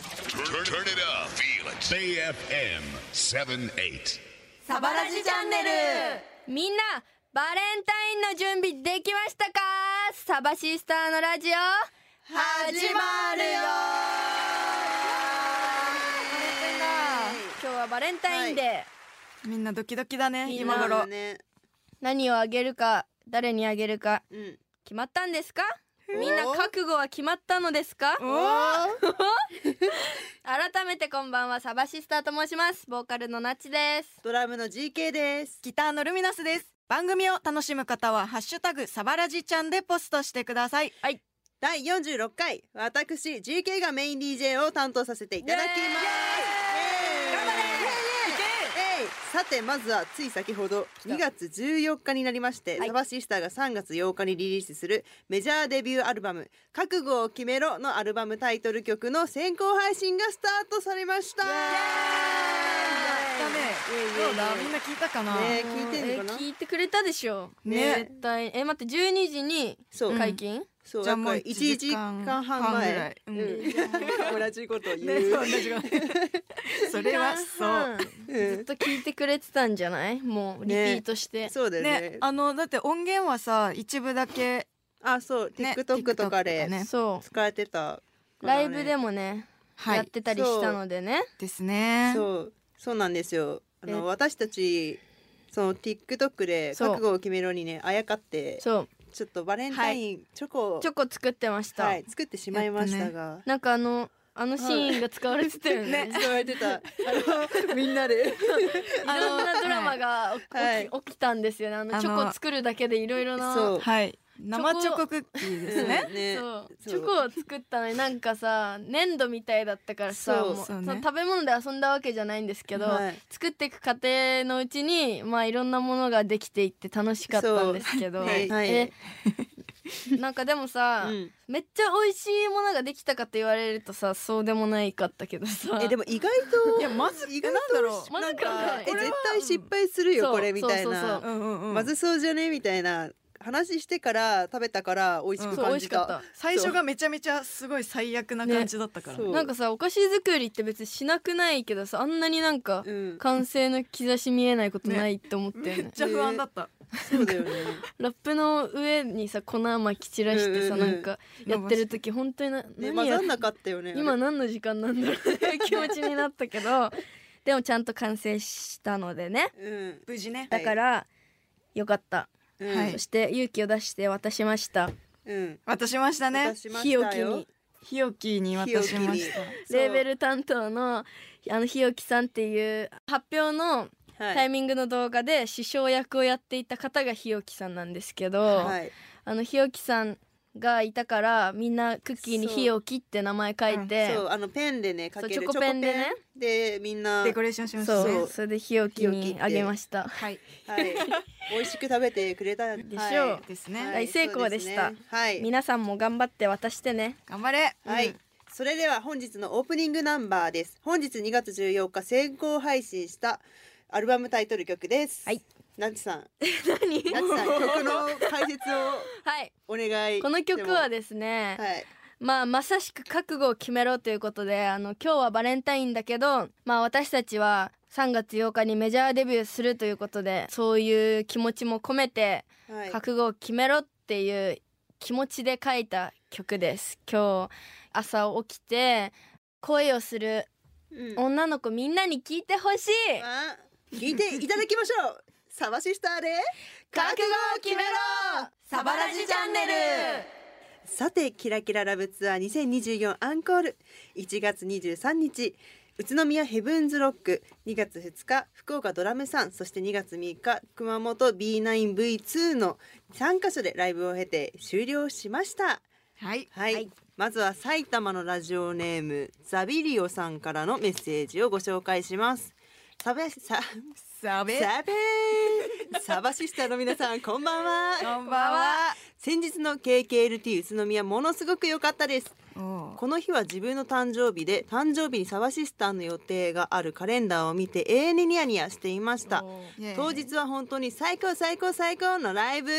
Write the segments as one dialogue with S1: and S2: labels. S1: Turn, turn it up. Feel it. AFM 78.
S2: サバラジチャンネルみんなバレンタインの準備できましたかサバシスターのラジオ始まるよ今日はバレンタインデー、
S3: みんなドキドキだね
S2: いいな
S3: 今頃
S4: ね、
S2: 何をあげるか誰にあげるか
S4: うん、
S2: 決まったんですかみんな覚悟は決まったのですか改めてこんばんはサバシスターと申しますボーカルのなっちです
S4: ドラムの GK です
S3: ギターのルミナスです番組を楽しむ方はハッシュタグサバラジちゃんでポストしてください
S4: 第46回私 GK がメイン DJ を担当させていただきます
S2: イエーイ
S4: 頑張れさてまずはつい先ほど2月14日になりまして、
S2: はい
S4: サバシスターが3月8日にリリースするメジャーデビューアルバム「覚悟を決めろ」のアルバムタイトル曲の先行配信がスタートされました
S3: だねどうだみんな聞いたかな、
S4: ねえ聞いてんのか
S2: え
S4: な
S2: 聞いてくれたでしょ
S3: ね
S2: 絶対え待って12時に
S4: そう、
S2: 解禁、
S4: そう
S3: じゃあもう
S4: だから
S3: 1
S4: 1時
S3: 時
S4: 間
S3: 間
S4: 半
S3: 半ぐら
S4: 前
S3: いうん
S4: うん 同じこと 言
S3: ね
S4: う
S3: そう同じこと それはそう
S4: うん
S2: ずっと聞いてくれてたんじゃないもうリピートして、
S4: そうだよね
S3: ねあのだって音源はさ一部だけ
S4: あそう、
S3: ね
S4: TikTok とか
S3: TikTok
S4: で
S3: とかね
S2: そ
S4: 使えてた、
S2: うライブで
S4: も
S2: もね、
S3: は
S2: やっ
S3: い
S2: てたりしたのでね
S3: ですね
S4: そうそうなんですよあ
S2: え
S4: の私たちその TikTok で
S2: そう
S4: 覚悟を決めろにねあやかって
S2: そう
S4: ちょっとバレンタインチョコを、
S2: チョコ作ってました、
S4: はい作ってしまいましたが
S2: なんかあのあのシーンが使われてたよね,、
S4: 使われてたあ のみんなで
S2: いろんなドラマが起き,、
S4: はい
S2: 起きたんですよねあの
S3: あの
S2: チョコ作るだけでいろいろな
S4: そう
S3: はい生チョコクッキーですね
S4: ね
S2: そう
S4: そう
S2: チョコを作ったのになんか さ粘土みたいだったからさ
S4: そう
S2: もう
S3: そうね
S2: その食べ物で遊んだわけじゃないんですけど、
S4: はい
S2: 作っていく過程のうちにまあいろんなものができていって楽しかったんですけど、
S4: そうねはい
S2: えなんかでもさ、
S4: うん
S2: めっちゃ美味しいものができたかと言われるとさそうでもないかったけどさ
S4: えでも意外と
S3: いやまず
S4: 意外
S3: なんだろ
S4: と
S2: まずくはない
S4: え
S2: これ
S4: 絶対失敗する
S2: そ
S4: よ
S2: う
S4: これみたい
S2: そうそう
S4: な
S2: そ
S3: うんうんうん
S4: まずそうじゃねみたいな話してから食べたから美味し
S2: そ
S4: く
S2: う美
S4: 感
S2: 味
S4: じ
S2: しかったた
S3: 最初がめちゃめちゃすごい最悪な感じだったから、
S4: そう
S2: なんかさお菓子作りって別にしなくないけどさあんなになんか
S4: うん
S2: 完成の兆し見えないことないって思って、ね
S3: めっちゃ不安だった、
S4: そうだよね。
S2: ラップの上にさ粉巻き散らしてさ、
S4: うんうんうん
S2: なんかやってる時本当にな
S4: ね、
S2: 何
S4: 混
S2: や
S4: ざんなかったよね。あ
S2: 今
S4: れ
S2: 何の時間なんだろうっていう気持ちになったけ どでもちゃんと完成したのでね
S4: うん、
S3: 無事ね
S2: だから、よかった、
S4: うん、
S3: はい
S2: そして勇気を出して渡しました
S4: うん、
S3: 渡しましたね
S4: 渡しま
S2: 日
S4: し
S2: 置
S4: たよ
S2: に。
S3: ひよきに渡しました
S2: レーベ
S4: ル、
S2: ル担当のあの日置さんっていう発表の
S4: はい、
S2: タイミングの動画で師匠役をやっていた方が日置さんなんですけど、
S4: はい、
S2: あの日置さんがいたからみんなクッキーに
S4: そう
S2: 日置って名前書いて
S4: そうあのペンでねかける
S2: そうチョコペンでね
S4: ペンでみんな、は
S3: デ
S4: い
S3: コ、レーションしまし
S2: そ
S3: た
S2: う
S3: ね
S2: それで日置にあげました
S3: はい
S4: 美味しく食べてくれたで
S2: でしょう
S3: ですね、
S2: 大成功でした
S4: はい、
S2: 皆さんも頑張って渡してね
S3: 頑張れ
S4: はい、それでは本日のオープニングナンバーです本日2月14日先行配信したアルバムタイトル曲です
S2: はい
S4: なつさん
S2: 何
S4: なつさん曲の解説を
S2: はい
S4: お願 い
S2: この曲はですね、
S4: はい
S2: まあまさしく覚悟を決めろということであの今日はバレンタインだけどまあ私たちは3月8日にメジャーデビューするということでそういう気持ちも込めて
S4: はい
S2: 覚悟を決めろっていう気持ちで書いた曲です今日朝起きて恋をする
S4: うん
S2: 女の子みんなに聞いてほしい
S4: あ聞いていただきましょうサバシスターで覚悟を決めろ
S2: サバラジチャンネル
S4: さてキラキララブツアー2024アンコール1月23日宇都宮ヘブンズロック2月2日福岡ドラムさんそして2月3日熊本 B9V2 の3カ所でライブを経て終了しました
S3: はい
S4: はい、
S2: はい
S4: まずは埼玉のラジオネームザビリオさんからのメッセージをご紹介しますサバサ
S3: サベ
S4: サペーサバシスターの皆さんこんばんは
S3: こんばんは
S4: 先日の KKLT 宇都宮ものすごく良かったです
S3: お
S4: この日は自分の誕生日で誕生日にサバシスターの予定があるカレンダーを見て永遠にニヤニヤしていました
S3: ー
S4: 当
S3: イエーイ
S4: 日は本当に最高最高最高のライブ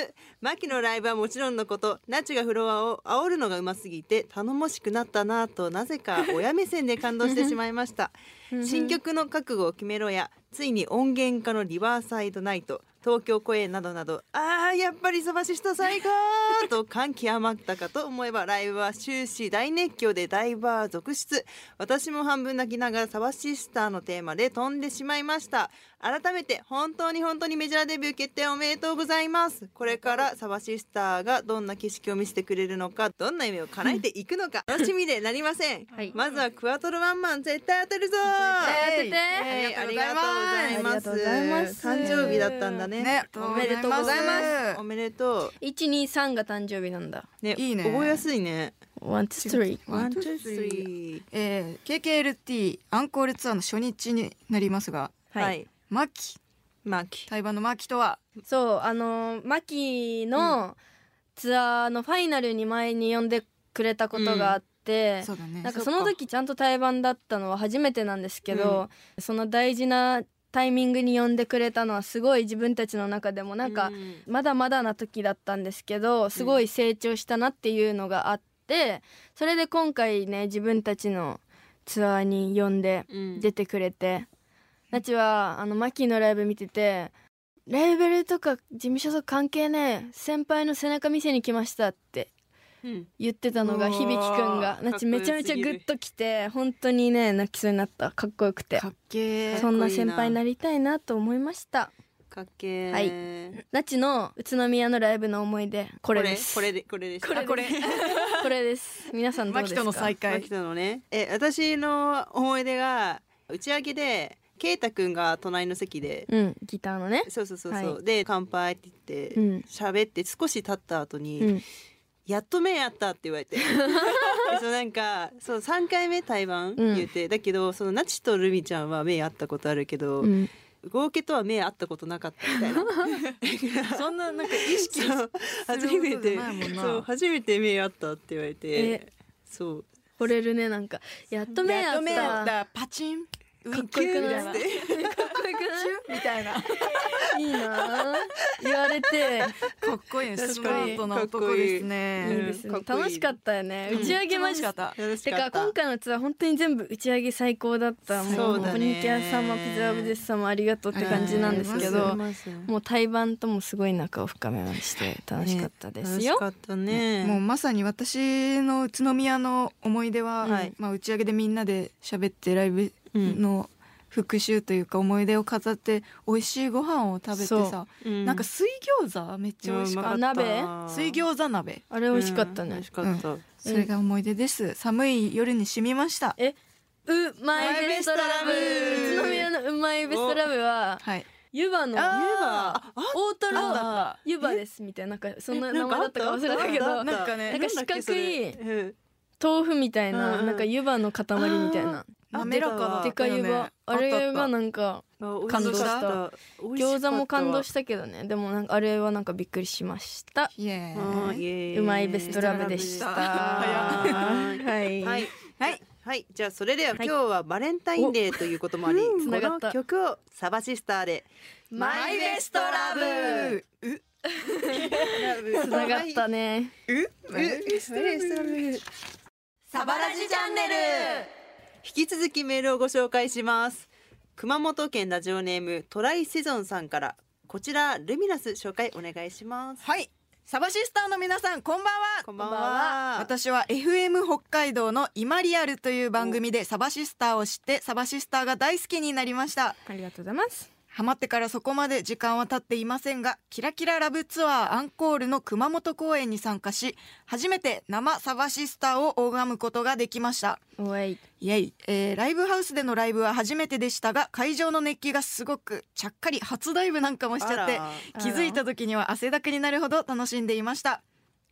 S4: マキのライブはもちろんのことナチがフロアを煽るのがうますぎて頼もしくなったなぁとなぜか親目線で感動してしまいました新曲の覚悟を決めろやついに音源化のリバーサイドナイト東京公演などなどあーやっぱりそばしした最高と感極まったかと思えばライブは終始大熱狂でダイバー続出私も半分泣きながらサバシスターのテーマで飛んでしまいました改めて本当に本当にメジャーデビュー決定おめでとうございますこれからサバシスターがどんな景色を見せてくれるのかどんな夢を叶えていくのか楽しみでなりません、
S2: はい
S4: まずはクワトロワンマン絶対当たるぞ
S2: 対当てて
S4: えーありがとうござ
S2: あ
S4: います
S2: りがとうございます
S4: 誕生日だったんだね
S3: ね
S2: おめでとうございます
S4: おめでと
S2: 一二三が誕生日なんだ。
S4: うね
S3: いいね
S4: 覚えやすいね
S2: ワンツースリー。
S3: ワン
S4: One,
S3: ツー
S4: two,
S3: スリー
S4: three
S3: えー KKLT アンコールツアーの初日になりますが
S4: はい
S3: マキ
S4: マキ
S3: 対バンのマキとは
S2: そうあのマキのツアーのファイナルに前に呼んでくれたことがあって、
S3: そうだね
S2: なんかその時ちゃんと対バンだったのは初めてなんですけど、その大事なタイミングに呼んでくれたのはすごい自分たちの中でもなんか、
S4: うん
S2: まだまだな時だったんですけどすごい成長したなっていうのがあってそれで今回ね自分たちのツアーに呼んで
S4: うん
S2: 出てくれて、なちはあのマキのライブ見ててレーベルとか事務所と関係ねえ先輩の背中見せに来ましたって
S4: うん
S2: 言ってたのが
S3: うわー
S2: 響くんがなち
S4: かっこよすぎる
S2: めちゃめちゃグッときて本当にね泣きそうになったかっこよくて
S3: かっけー
S2: そんな先輩になりたいなと思いました
S4: かっけー
S2: はいなちの宇都宮のライブの思い出こ
S4: こ
S2: れ
S4: れ
S2: です
S4: これでこれです
S3: あこ れ
S2: これです皆さんどう
S3: マ
S2: です
S3: キ
S2: か
S3: との再
S4: マ
S3: 会
S4: キトのねえ私の思い出が打ち上げでケイタくんが隣の席で、
S2: うんギターのね
S4: そうそうそうそう、
S2: は
S4: で乾杯って言って
S2: うん
S4: 喋、って少し経った後に、
S2: うん
S4: やっと目やったって言わ れてそうなんかそう3回目対バン
S2: うん
S4: 言って、だけどそのナチとルミちゃんは目合ったことあるけど、
S2: うん
S4: 合計とは目合ったことなかったみた いな
S3: そんななんか意識
S4: そう初め
S3: する
S4: て
S3: ことじゃないもんな
S4: そう初めて目合ったって言われて
S2: え
S4: そう
S2: 惚れるねなんかやっと目
S3: や
S2: や
S3: っ
S2: っ
S3: と目合ったたパチンウ
S2: か
S3: ィ
S2: っ
S3: ン
S2: こ
S3: キュ
S2: よく
S3: ーみたい
S2: ない
S3: な
S2: かっこよくない
S3: みたいなか
S2: いいなあ言われて
S3: っこいいね
S4: 確かに
S3: スマートな男ですね
S2: いいですね
S4: かっこいい
S2: 楽しかったよね
S3: うん
S2: 打ち上げま
S3: 楽
S2: し
S3: しかった
S4: 楽し
S2: て
S4: か
S2: か
S4: った
S2: 今回のツアー本当に全部打ち上げ最高だったも
S4: そう
S2: う
S4: だね
S2: ポニーキャ様ピザオブデス様ありがとうって感じなんですけ
S3: ありがとうござ
S2: ど
S3: い
S2: もう対バンともすごい仲を深めまして楽しかったです
S4: 楽し
S2: よ
S4: かったね
S3: もうまさに私の宇都宮の思い出は、
S4: はい
S3: まあ、打ち上げでみんなで喋ってライブの復習というか思い出を飾って美味しいご飯を食べてさ
S2: そ、
S4: うん
S3: なんか水餃子めっちゃ美味しかった、
S2: うんうまかった
S4: 鍋
S3: 水餃子鍋
S2: あれ美味しかった
S4: うん美
S2: ね
S4: 味しかった、
S3: それが思い出です、寒い夜に染みました
S2: えうまいベストラブ
S4: うまい
S2: 宇
S4: ベストラブ
S2: 都宮のうまいベストラブは
S3: はい
S2: 湯葉の
S3: あ
S4: あ
S2: 大ト
S4: あった
S2: ロ
S4: あった
S2: 湯葉ですみたいななんかそんな名前だったか忘れた
S4: え
S2: け
S4: なんかあ
S2: ど
S4: った
S3: なんかね
S2: なんか四角い
S4: うん
S2: 豆腐みたいな、
S4: うんうん
S2: なんか湯葉の塊みたいな
S3: 滑らかだ
S2: で
S3: っ
S2: か
S3: たよ
S2: い湯
S3: ね
S2: 葉あれがなんか
S4: あ美
S3: 感動
S4: 味しかった美味しかった
S2: 餃子も感動したけどねでもなんかあれはなんかびっくりしました
S3: イエ
S4: うん
S3: ー
S4: イ
S3: イ
S4: エーイ
S2: うまいベストラブでした
S4: はい
S2: はい、
S4: はい
S3: はい
S4: はいじゃあそれでは
S2: は
S4: 今
S2: い
S4: 日はバレンタインデーということもありこ
S2: 繋がっ
S4: の
S2: た
S4: 曲をサバシスターで
S2: マイベストラブ
S3: う
S2: つながったね
S4: マイベストラブ
S3: サバラジチャンネル
S4: 引き続きメールをご紹介します熊本県ラジオネームトライセゾンさんからこちらルミナス紹介お願いします
S3: はいサバシスターの皆さんこんばんは
S4: こんばん
S2: こんばん
S4: は
S3: 私は FM 北海道の「イマリアル」という番組でサバシスターを知ってサバシスターが大好きになりました
S2: ありがとうございます
S3: ハマってからそこまで時間は経っていませんがキラキララブツアーアンコールの熊本公演に参加し初めて生サバシスターを拝むことができました
S2: おい
S3: イエイ、えーライブハウスでのライブは初めてでしたが会場の熱気がすごくちゃっかり初ダイブなんかもしちゃって
S4: あ
S2: ら
S3: 気づいた時には汗だくになるほど楽しんでいました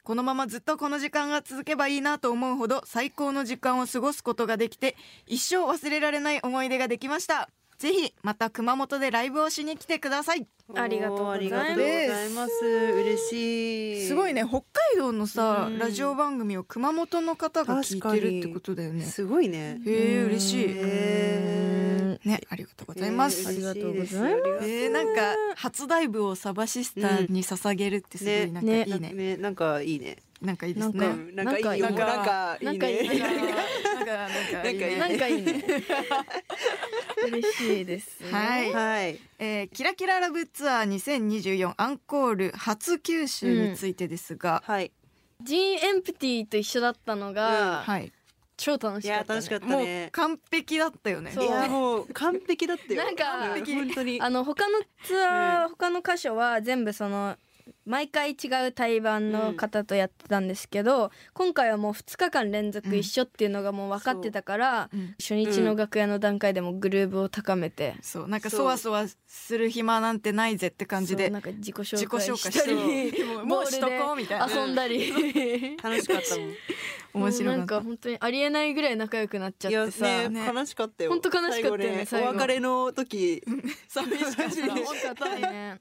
S3: このままずっとこの時間が続けばいいなと思うほど最高の時間を過ごすことができて一生忘れられない思い出ができましたぜひまた熊本でライブをしに来てください
S2: ありがとうございます
S4: ありがとうございます嬉しい
S3: すごいね北海道のさ、
S4: うん
S3: ラジオ番組を熊本の方が聞いてるってことだよね
S4: すごいね
S3: へえ嬉しい、
S4: へ
S3: ねありがとうございます、
S2: えー
S4: 嬉しです
S2: ありがとうございま
S3: えー、なんか初ライブをサバシスターに捧げるってすごい
S4: うん
S3: なんかい
S2: ね
S3: いね,、
S4: ねなんかいいね
S3: なんかいいですね
S2: な
S3: なんん
S2: か
S3: か
S4: うんなんかいいよ
S3: なんか
S4: なんかいいね
S2: なんか
S3: な
S2: いいね
S3: んかいいね
S2: なんかいいね嬉しいですね
S3: はい
S4: はい
S3: えーキラキララブツアー2024アンコール初九州についてですが、
S4: はい
S2: ジーンエンプティと一緒だったのが、
S3: はい
S2: 超楽
S4: い
S2: しか
S4: や
S2: った、ね、
S4: 楽しかった
S3: もう
S4: ね
S3: 完璧だったよね
S2: そ
S4: いうやもう完璧だってよ
S2: なんか
S4: 完璧本当に
S2: あの他のツアー、他の箇所は全部その毎回違う対バンの方とやってたんですけど、今回はもう2日間連続一緒っていうのがもう分かってたから、
S3: うん
S2: 初日の楽屋の段階でもグルーブを高めて、
S3: そうなんか
S4: そう
S3: そわそわする暇なんてないぜって感じ
S2: そ
S3: で
S2: うなんか自己
S3: 自
S2: 紹
S3: 己
S2: 介
S3: 紹介
S2: した
S3: そ
S2: り
S3: うもうもうしとこ うみたいな
S2: 遊んだり
S4: 楽しかったもん
S3: 面
S2: もう
S3: 白
S2: な
S3: か
S2: ん
S3: っ
S2: か
S3: た
S2: 本当にありえないぐらい仲良くなっちゃってさ、
S4: いやね
S3: ね
S4: 悲しかったよ
S2: ほんと悲しかったよね
S4: 最後
S2: 最後
S4: お別れの時
S3: 寂し かった
S2: 楽しかったね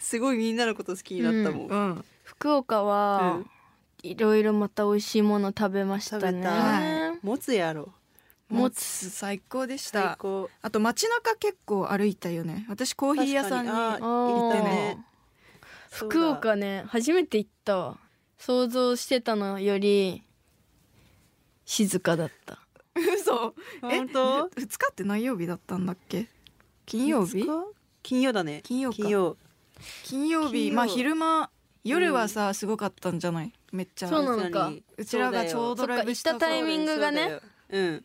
S4: すごいみんなのこと好きになったもん、
S3: うん
S2: 福岡は、
S4: うん
S2: いろいろまた美味しいもの食べました
S4: 食べ
S2: ね。
S4: た持つやろ
S3: もつ最高でし
S4: 最
S3: た
S4: 高
S3: あと街中結構歩いたよね私コーヒー屋さんに
S4: 確かにあ
S2: 行
S3: った
S4: ね
S2: 福岡ね初めて行ったわ想像してたのより静かだった
S3: 嘘え
S4: 本当
S3: 2日って何曜日だったんだっけ金曜日
S4: 金曜だね
S3: 金曜か
S4: 金曜
S3: 金曜
S4: 金
S3: 日
S4: 曜
S3: まあ昼間夜はさ、すごかったんじゃないめっちゃ
S2: そうなのか
S3: うちらがちょうどライブした
S2: そっか行ったタイミングがね
S4: そうだようん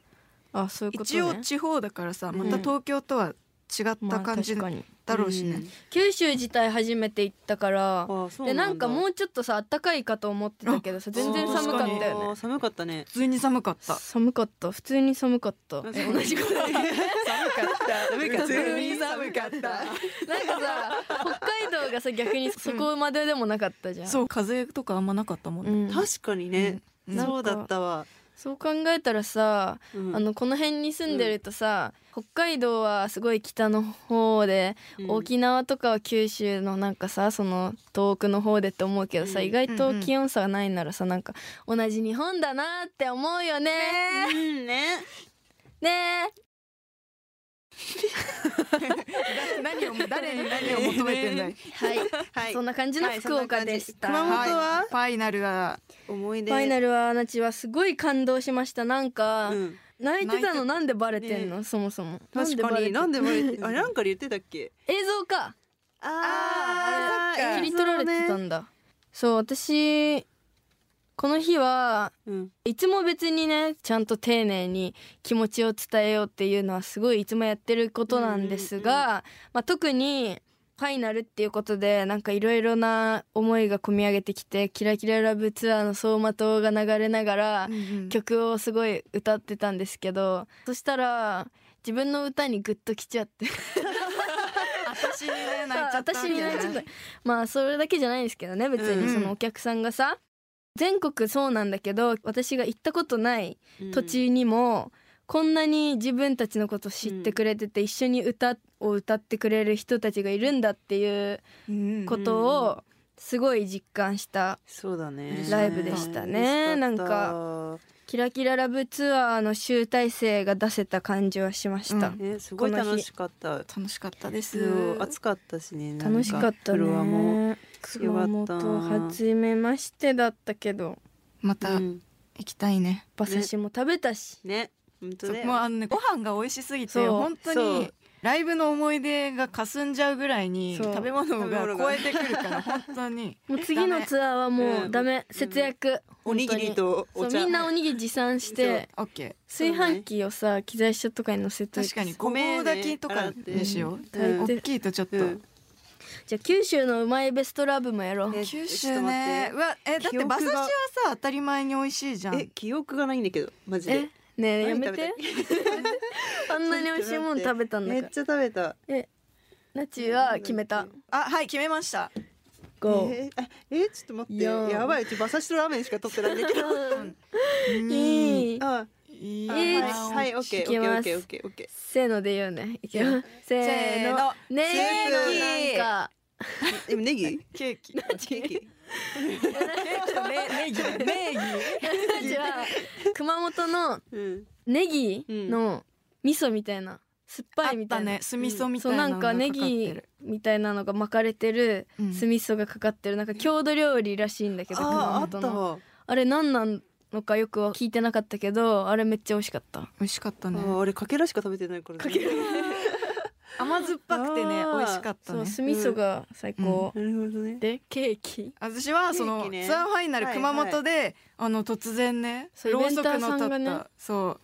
S2: あそういうことね
S3: 一応地方だからさまた東京とは違った感じ
S2: まあ確かに
S3: だろうしね、
S2: 九州自体初めて行ったから
S4: うんあそう
S2: で
S4: な
S2: なんんか
S4: だ
S2: もうちょっとさあったかいかと思ってたけどさ全然
S3: そう
S2: 寒かった
S3: 確
S2: よ
S4: あー
S2: ね
S4: 寒かったね
S3: 普通に寒かった
S2: 寒かった普通に寒かった
S4: 同
S2: え同じ こと
S4: 寒かった寒か
S2: な
S4: った
S2: んかさ北海道がさ逆にそこまででもなかったじゃん
S3: そう風とかあんまなかったもんね、
S2: うん
S4: 確かにね、
S3: うん
S4: そうだったわ、
S2: そう考えたらさ
S4: うん
S2: あのこの辺に住んでるとさ、北海道はすごい北の方で、
S4: うん
S2: 沖縄とかは九州のなんかさその遠くの方でって思うけどさ、
S4: うん
S2: 意外と
S3: うんうん
S2: 気温差がないならさなんか同じ日本だなって思うよね。ね
S4: うんね
S3: 何を誰に何を求めてんだい
S2: はい、
S4: はい
S2: そんな感じの福岡でした。
S4: はいそんな感じ熊本は
S3: はいファイナルは
S4: 思い出
S2: ファイナルはアナチはすごい感動しましたなんか、
S4: うん
S2: 泣いてたのなんでバレてんの、そもそも
S4: 確かになん
S2: で
S4: でもあれなんかで言ってたっけ
S2: バレ映像か
S4: あ
S3: ーあれ
S2: 切り取られてたんだそう私この日は
S4: うん
S2: いつも別にねちゃんと丁寧に気持ちを伝えようっていうのはすごいいつもやってることなんですが、まあ、特にファイナルっていうことでなんかいろいろな思いが込み上げてきて「キラキララブツアー」の走馬灯が流れながら曲をすごい歌ってたんですけどそしたら自分の歌にグッときちゃって
S3: 私にね泣いちゃった
S2: 私にねちょっとまあそれだけじゃないんですけどね別
S4: う
S2: に
S4: ん
S2: そのお客さんがさ、全国そうなんだけど私が行ったことない土地にも、こんなに自分たちのこと知ってくれてて、一緒に歌を歌ってくれる人たちがいるんだっていう
S3: うん
S2: ことをすごい実感した
S4: そうだね
S2: ライブでしたね
S4: 嬉しかった
S2: なキラキララブツアーの集大成が出せた感じはしました、
S3: うん
S4: ねすごい楽しかった
S3: 楽しかったです
S4: そう暑かったしねなん
S2: 楽しかった
S4: フロアも
S2: ね熊
S4: よかった
S2: 本初めましてだったけど
S3: また
S4: う
S3: 行
S4: ん
S3: きたいね、
S2: 馬刺しも食べたし、
S4: ね本当
S3: そう
S4: ね
S3: もうあのねご飯が美味しすぎて
S2: そう
S3: 本当
S4: そ
S3: に
S4: う
S3: ライブの思い出がかすんじゃうぐらいに
S2: そう
S3: 食べ物
S4: 食べ
S3: が
S4: 物が
S3: 超えてくるから本当に
S2: もう次のツアーはもうダメ、
S4: うん
S2: 節約
S4: おにぎりと
S2: そ
S4: お
S2: う
S4: 茶
S2: みんなおにぎり持参して
S3: オッケ
S2: 炊飯器をさ機材車とかに乗せ
S3: ー
S2: といて
S3: 確かに
S4: ご
S3: ご
S4: め
S3: ぼ
S4: んね
S3: う炊きとかにしよう、
S2: うん
S3: 大きいとちょっと、
S4: うん
S2: じゃあ九州のうまいベストラブもやろう
S4: え
S3: 九州ね
S4: ちょっと待って
S3: うわえだって
S4: 記憶が
S3: 馬刺しはさ当たり前に美味しいじゃん
S4: え記憶がないんだけどマジ
S2: え
S4: で
S2: ねえや
S4: 何
S2: め
S4: 食べ
S2: て
S4: たっけ
S2: あんなに美味しいもの食べたん
S4: め
S2: だか
S4: っ
S2: ら
S4: ちゃ食べた
S2: なちは決めた
S3: あはい決めました
S2: ゴー
S4: えーあえーちょっと待っ
S2: いやー
S4: てやばいうち馬刺しとラーメンしか取ってないんだけど
S3: 2
S2: いい
S4: あ
S3: いい
S4: あ
S2: えー
S4: はいはい、オッケー、
S2: いけ
S4: オッケー、オ
S2: ま
S4: ッ
S2: す
S4: ケー、オッケー、オッケ
S2: せーので言うねいくよせーの
S3: せーの
S2: ね
S3: ケーキ
S2: えなんか
S4: ー。え、ネギ。
S3: ケーキケ
S4: ケーキ。
S3: ーキとね ネギネギ
S2: じゃあ熊本の
S4: うん。
S2: ネギの味噌みたいな酸っ
S3: あ
S2: ぱいみ
S3: ったた
S2: いな、
S3: ね酢味噌み
S2: そ
S3: た
S2: う
S3: い
S2: な
S3: なの
S2: ん
S3: がかか
S2: か
S3: って
S2: ネ
S3: る
S2: ギみたいなのが巻かれてる
S3: うん
S2: 酢味噌がかかってるなんか郷土料理らしいんだけど熊
S4: あー、あ
S2: 本
S4: っ
S2: の
S4: た。
S2: あれ何なんのかよくは聞いてなかったけどあれめっちゃ美味しかった
S3: 美味しかった
S4: あ
S3: ね
S4: ー、俺かけらしか食べてないから。かけら。
S3: 甘酸っぱくてね
S4: あー
S3: 美味しかった
S2: そう
S3: ね
S2: 酢味噌が最高、
S4: なるほどね。
S2: でケーキ
S3: 私はその
S4: ケー
S3: ツ
S4: キね
S3: アーファイナル
S4: はい
S3: 熊本であの突然ね
S2: そう
S3: ろうそく
S2: イベンタ
S3: の
S2: ーさん
S3: 立
S2: が
S3: っ
S2: ね
S3: たそう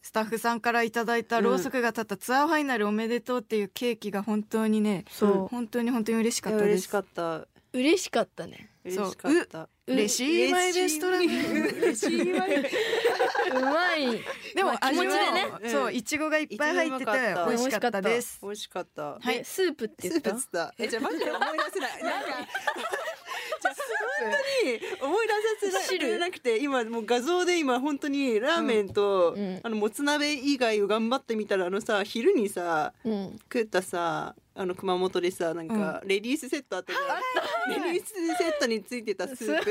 S3: スタッフさんからいただいたろうそくが立ったツアーファイナルおめでとうっていうケーキが本当にね
S2: そう
S3: 本当に本当に嬉しか
S4: い
S3: っ
S4: や
S3: たで
S4: 嬉し
S3: す
S4: かった。
S2: 嬉しかったね
S4: 嬉しかった。
S3: 嬉しいマイレストラン
S4: 嬉しいわよ。
S2: うまい
S3: でも
S2: まあ
S3: 味
S2: 気持ちでね
S3: は
S4: うん
S3: そういちごがいっぱい入ってて
S4: いちごうまかった
S3: 美味しかったです
S4: 美味しかった。
S3: はい
S2: でスープって言った
S4: スープだ。え、じゃあマジで思い出せない。 なんか。じゃあ本当に思い出させられなくて今もう画像で今本当にラーメンと、
S2: うんうん
S4: あのもつ鍋以外を頑張ってみたらあのさ昼にさ
S2: うん
S4: 食ったさあの熊本でさなんかレディースセットあったじゃん、レディースセットについてたスープ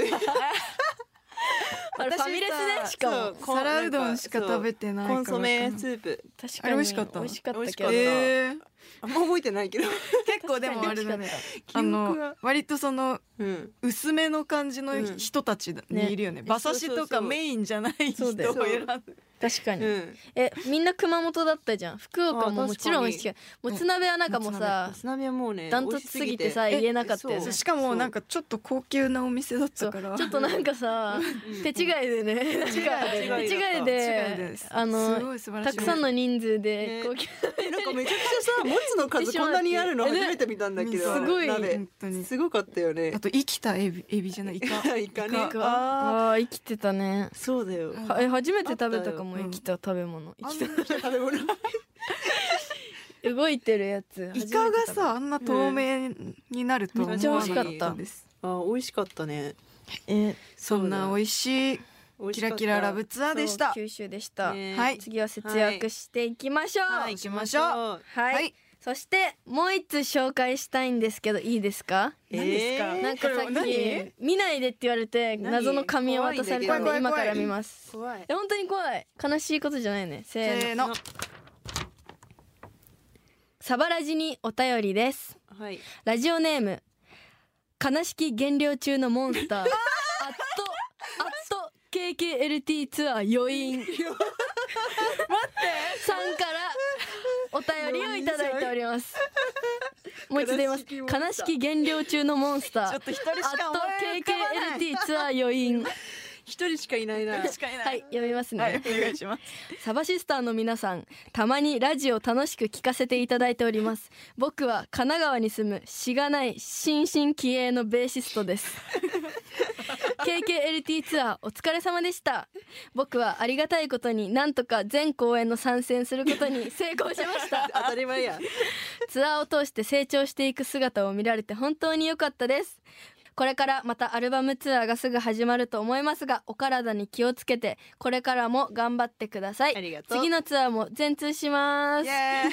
S2: あれ
S3: 私
S2: フ
S3: さ
S2: ァミレスねしかも
S4: そうこん
S3: 皿うどんしか食べてないから
S4: コンソメスープ
S2: 確
S3: あ
S2: か
S3: れ
S2: に
S3: 美味しかった
S2: 美味しかったけ
S4: 美
S2: ど、
S4: 味しかっ
S3: えー
S4: あんま覚えてないけど、
S3: 結構でもあれだねあ
S4: 記
S3: の
S4: 憶が
S3: 割とその
S4: うん、
S3: 薄めの感じの
S4: うん
S3: 人たち
S2: ね
S3: にいるよね馬刺しとかメインじゃない人
S2: そ
S3: を
S2: うだよ
S3: 選ぶ
S2: 確かに、
S4: うん
S2: えみんな熊本だったじゃん福岡
S4: あ
S2: も
S4: ー
S2: もちろん美味しいけどもつ鍋はなんかもう
S4: あ
S2: さ
S4: 津波はもうね
S2: ダントツすぎてさ
S4: 美味しすぎ
S2: 言えなかったよ
S4: え
S2: ね
S3: そうしかもなん
S4: か
S3: かちょっと高級なお店だっ
S2: そ
S3: た
S2: う
S3: から
S2: ちょっとなん かさ手違いでね手違
S4: 違いだった
S2: 手違い
S3: 違い
S2: で
S3: です
S2: あ
S3: すご
S2: の
S3: い素晴ら
S2: た
S3: しい
S2: くさんの人数で
S4: ね
S2: 高級
S4: えなんかめちゃくちゃさもつの数こんなにあるの初めて見たんだけど
S2: すごい
S4: 鍋
S3: 本当に
S4: すごかったよね
S3: あと生きたエビエビじゃないイカ
S4: イカね
S3: イ
S4: あー
S2: あー生きてたね
S4: そうだよ
S2: はえ初めて食べたかも
S3: あったよ
S2: 生きた食べ物生きた
S4: 食べ物
S2: 動いてるやつ
S3: イカが
S2: 初めて食べた
S3: さあんな透明になるとは思わなかったです
S4: あ美味しかったね
S2: え
S3: そんな美味しいキラキララブツアーでした
S2: そう九州でした
S4: ね
S3: はい
S2: 次は節約していきましょう
S3: は
S2: はい
S3: 行きましょう
S4: は
S3: はい
S2: そしてもう一つ紹介したいんですけどいいですか
S3: 何ですか
S4: えー
S2: なんかさ
S3: これ
S2: っ
S3: 何
S2: き見ないでって言われて
S4: 何
S2: 謎の紙を渡されたんで
S3: 怖いんだけど
S2: 今から見ます
S4: 怖い
S2: え本当に怖い悲しいことじゃないねせー
S3: せ
S2: の
S3: ーの
S2: サバラジにお便りです
S4: はい
S2: ラジオネーム悲しき減量中のモン スターあっとあっと KKLT ツアー余韻待って さんからお便りをいただいておりますもう一度言います
S4: 悲しきモンスター
S2: 悲しき減量中のモンスター
S3: ちょっと一人しか思い浮かばな
S2: あ
S3: い
S2: と KKLT ツアー余韻
S4: 一人しかいないな
S3: しかいない
S2: はい読みますね、
S3: はいお願いします
S2: サバシスターの皆さんたまにラジオ楽しく聞かせていただいております僕は神奈川に住むしがない新進気鋭のベーシストです KKLT ツアーお疲れ様でした僕はありがたいことになんとか全公演の参戦することに成功しました
S4: 当たり前や
S2: ツアーを通して成長していく姿を見られて本当に良かったですこれからまたアルバムツアーがすぐ始まると思いますがお体に気をつけてこれからも頑張ってください
S4: ありがとう
S2: 次のツアーも全通します
S3: イエ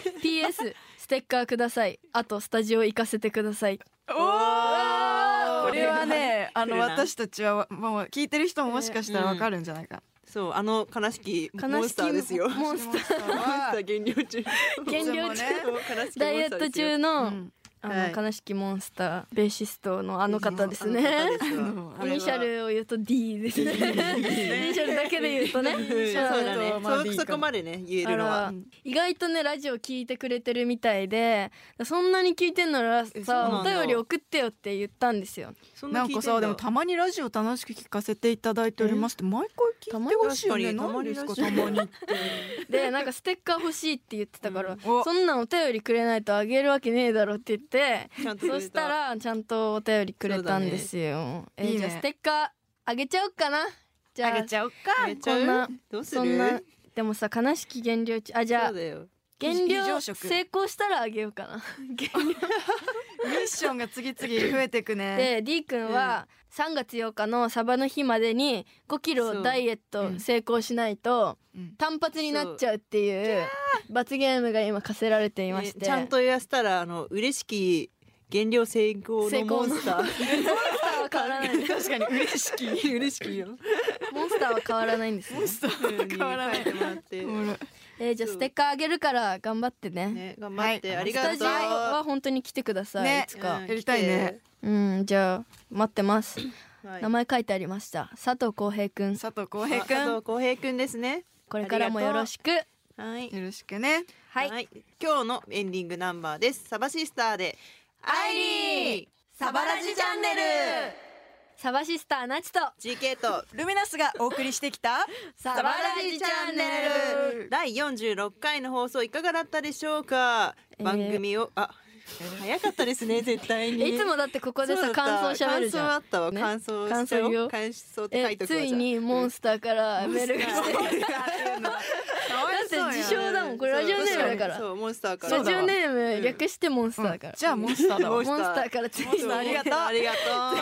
S2: PS ステッカーくださいあとスタジオ行かせてください
S3: おーこれはねあの
S4: 来るな
S3: 私たちはもう聞いてる人ももしかしたらわかるんじゃないか
S4: そうあの悲しきモンスターですよモン
S2: モン
S3: ス
S2: ス
S3: ター
S4: スタ
S3: は
S4: ー減量中
S2: 減量中
S4: 悲しきモンスターですよ
S2: ダイエット中の,、
S3: うん
S2: あの
S4: はい
S2: 悲しきモンスターベーシストのあの方ですね
S4: あの方ですわ
S2: イニシャルを言うと D ですね。イニシャルだけで言うとね。
S4: そうだね
S3: まあまあいいかも
S4: そそこまでね言え
S2: あ
S4: るの
S2: ら
S4: は
S2: 意外とねラジオ聞いてくれてるみたいでそんなに聞いてんなら
S3: えそう
S2: さ
S4: な
S2: お
S4: んだ
S2: 便り送ってよって言ったんですよ
S4: そ
S3: なんかさでもたまにラジオ楽しく聞かせていただいておりますって毎回聞いてほしいよね
S4: たま
S3: 何で
S4: に
S3: すか
S4: たま
S3: た
S4: に
S3: まに って
S2: でなんかステッカー欲しいって言ってたから、
S3: うんお
S2: そんなんお便りくれないとあげるわけねえだろって言って
S4: ちゃんとくれ
S2: そ
S4: た
S2: したらちゃんとお便りくれたんですよ、え
S3: いいね
S2: じゃあステッカーあげちゃおうかなじゃあ
S3: ゃおうか
S4: あげちゃう
S2: こんな
S4: どうする
S2: そんなでもさ悲しき減量中あじゃ
S4: そ
S2: あ
S4: うだよ
S2: 減
S3: 非
S2: 量
S3: 常食
S2: 成功したらあげようかな減量
S3: ミッションが次々増えてく ね。
S2: で D 君は3月8日のサバの日までに5キ
S4: そ
S2: ロ
S4: う
S2: ダイエット成功しないと
S3: うん
S2: 単発になっちゃうっていう罰ゲームが今課せられていまし
S4: え
S2: て
S4: ちゃんと言わせたらあの嬉しき減量成功
S2: 成
S4: のモ
S2: 功の
S4: ンスター
S2: モンスターは変わらない
S4: 確かに嬉し き嬉しきよ
S2: モンスターは変わらないんですよ、
S4: 変わらないもらって、
S3: おもろい
S2: えーじゃあステッカーあげるから頑張ってね
S4: ね、頑張って、
S3: はい
S4: あり
S2: ス
S4: がと
S2: タ
S4: う
S2: ジオは本当に来てください、
S3: ね
S2: いつか
S4: うん
S3: やりたいね
S2: うんじゃあ待ってます
S4: はい
S2: 名前書いてありました佐藤浩平くん
S3: 佐藤浩平
S4: あ佐
S3: 君
S4: 藤浩平くんですね
S2: これからもよろしく
S4: はい
S3: よろしくね。
S2: はい、
S4: 今日のエンディングナンバーですサバシスターでアイリーサバラジチャンネル
S2: サバシスターなちと
S4: GK と
S3: ルミナスがお送りしてきた。
S2: サ
S4: サバラジチャンネル第46回の放送いかがだったでしょうか、
S2: えー
S4: 番組をあ早かったで すね絶対に
S2: えいつもだってここで
S4: そうだ
S2: さ
S4: った
S2: 感想しゃべるじゃん
S4: 感想あったわ、
S2: ね
S4: 感想
S2: 感
S4: したよ
S2: 想よ
S4: 感想って書い
S2: え
S4: ておく
S2: つ
S4: わ
S2: いにモンスターからメールが来て
S3: かわいそうや
S2: だって自称だもんこれラジオネームだから
S4: そうそうモンスターから
S2: ラジオネー
S4: うん
S2: ム略してモンスターだから、
S3: じゃあモンスタ ーだ
S2: モ
S3: わ
S2: ンスターからついに
S4: ありがとうありが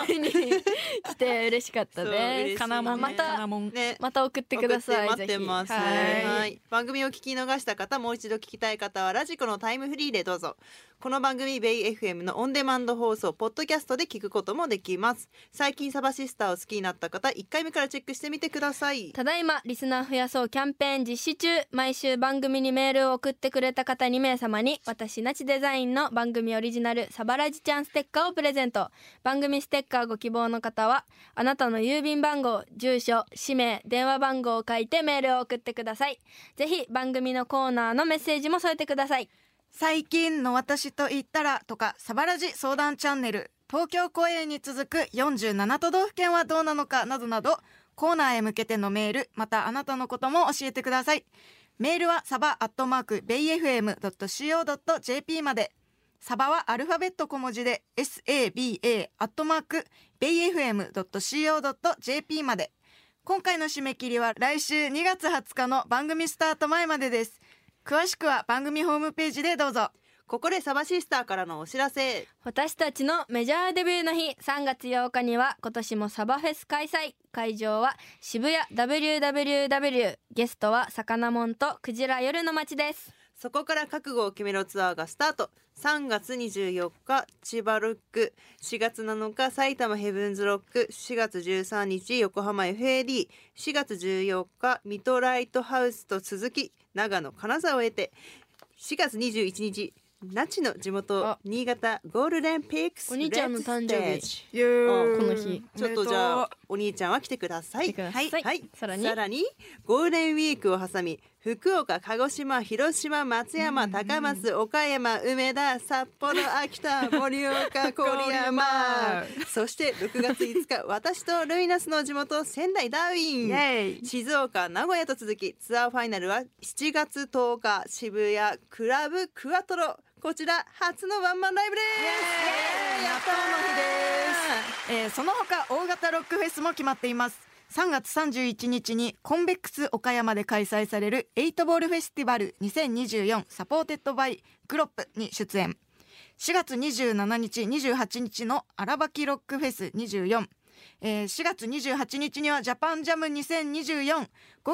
S4: と
S2: ついに 来て嬉しかった
S4: そう嬉
S2: で
S4: しい
S2: す
S4: かなもんね
S2: ま
S4: か
S2: た
S3: も
S4: うね
S2: また送ってください
S4: 送って待ってます。
S2: ぜ
S4: は
S2: ひ
S4: い
S2: はい
S4: 番組を聞き逃した方、もう一度聞きたい方はラジコのタイムフリーでどうぞ。この番組ベイ FM のオンデマンド放送ポッドキャストで聞くこともできます。最近サバシスターを好きになった方、一回目からチェックしてみてください。
S2: ただいまリスナー増やそうキャンペーン実施中毎週番組にメールを送ってくれた方2名様に私なちデザインの番組オリジナルサバラジちゃんステッカーをプレゼント番組ステッカーご希望の方はあなたの郵便番号住所氏名電話番号を書いてメールを送ってくださいぜひ番組のコーナーのメッセージも添えてください
S3: 最近の私と言ったらとかサバラジ相談チャンネル東京公演に続く47都道府県はどうなのかなどなどコーナーへ向けてのメールまたあなたのことも教えてくださいメールはサバアットマークベイ FM.co.jp までサバはアルファベット小文字で saba アットマークベイ FM.co.jp まで今回の締め切りは来週2月20日の番組スタート前までです詳しくは番組ホームページでどうぞ
S4: ここでサバシスターからのお知らせ。
S2: 私たちのメジャーデビューの日3月8日には今年もサバフェス開催会場は渋谷 WWW ゲストは魚もんとクジラ夜の街です
S4: そこから覚悟を決めろツアーがスタート。3月24日、千葉ロック。4月7日、埼玉ヘブンズロック。4月13日、横浜 FAD。4月14日、ミトライトハウスと鈴木、長野、金沢を得て。4月21日、那智の地元
S2: あ、
S4: 新潟ゴールデンピックス。
S2: お兄ちゃんの誕生日
S4: レッツステージ
S3: ゆう
S4: うん
S2: この日
S4: ちょっとじゃあお兄ちゃんは来てくださ
S2: 来
S4: い。
S2: てください
S4: はい
S2: はい
S4: さ
S2: さ
S4: ら
S2: ら
S4: に
S2: に
S4: ゴールデンウィークを挟み福岡、鹿児島、広島、松山、高松、岡山、梅田、札幌、秋田、盛岡、郡山。そして6月5日私とルイナスの地元仙台ダーウィン。
S3: イエイ
S4: 静岡、名古屋と続きツアーファイナルは7月10日渋谷クラブクワトロこちら初のワンマンライブですイエーイやったーの日です
S3: えーその他大型ロックフェスも決まっています3月31日にコンベックス岡山で開催されるエイトボールフェスティバル2024サポーテッドバイグロップに出演4月27日28日の荒ばきロックフェス24えー4月28日にはジャパンジャム20245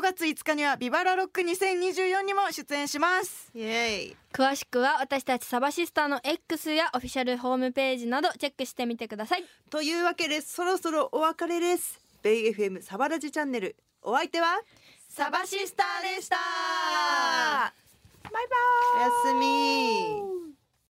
S3: 月5日にはビバラロック2024にも出演します
S4: イエーイ
S2: 詳しくは私たちサバシスターの X やオフィシャルホームページなどチェックしてみてください
S4: というわけでそろそろお別れですベイ FM サバラジチャンネルお相手は
S3: サバシスターでした
S4: おやすみ